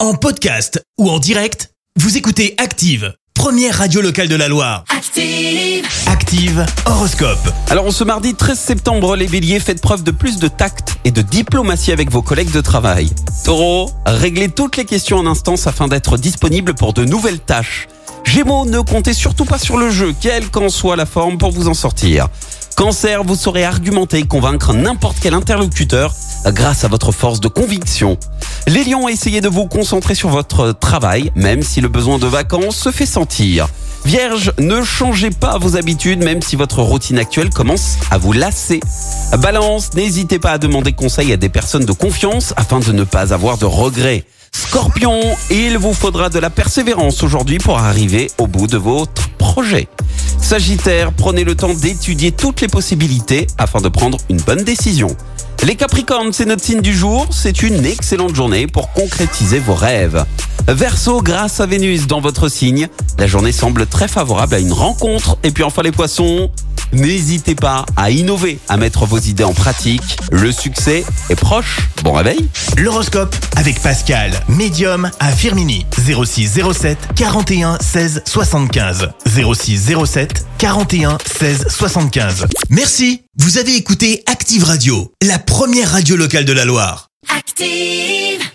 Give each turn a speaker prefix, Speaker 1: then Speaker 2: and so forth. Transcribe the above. Speaker 1: En podcast ou en direct, vous écoutez Active, première radio locale de la Loire.
Speaker 2: Active,
Speaker 1: Active Horoscope.
Speaker 3: Alors, en ce mardi 13 septembre, les béliers, faites preuve de plus de tact et de diplomatie avec vos collègues de travail. Taureau, réglez toutes les questions en instance afin d'être disponible pour de nouvelles tâches. Gémeaux, ne comptez surtout pas sur le jeu, quelle qu'en soit la forme, pour vous en sortir. Cancer, vous saurez argumenter et convaincre n'importe quel interlocuteur grâce à votre force de conviction. Les lions, essayez de vous concentrer sur votre travail, même si le besoin de vacances se fait sentir. Vierge, ne changez pas vos habitudes même si votre routine actuelle commence à vous lasser. Balance, n'hésitez pas à demander conseil à des personnes de confiance afin de ne pas avoir de regrets. Scorpion, il vous faudra de la persévérance aujourd'hui pour arriver au bout de votre projet. Sagittaire, prenez le temps d'étudier toutes les possibilités afin de prendre une bonne décision. Les Capricornes, c'est notre signe du jour. C'est une excellente journée pour concrétiser vos rêves. Verseau, grâce à Vénus dans votre signe, la journée semble très favorable à une rencontre. Et puis enfin les poissons, n'hésitez pas à innover, à mettre vos idées en pratique. Le succès est proche. Bon réveil
Speaker 1: L'horoscope avec Pascal, médium à Firmini. 06 07 41 16 75. 06 07 41 16 75. Merci, vous avez écouté Active Radio, la première radio locale de la Loire.
Speaker 2: active.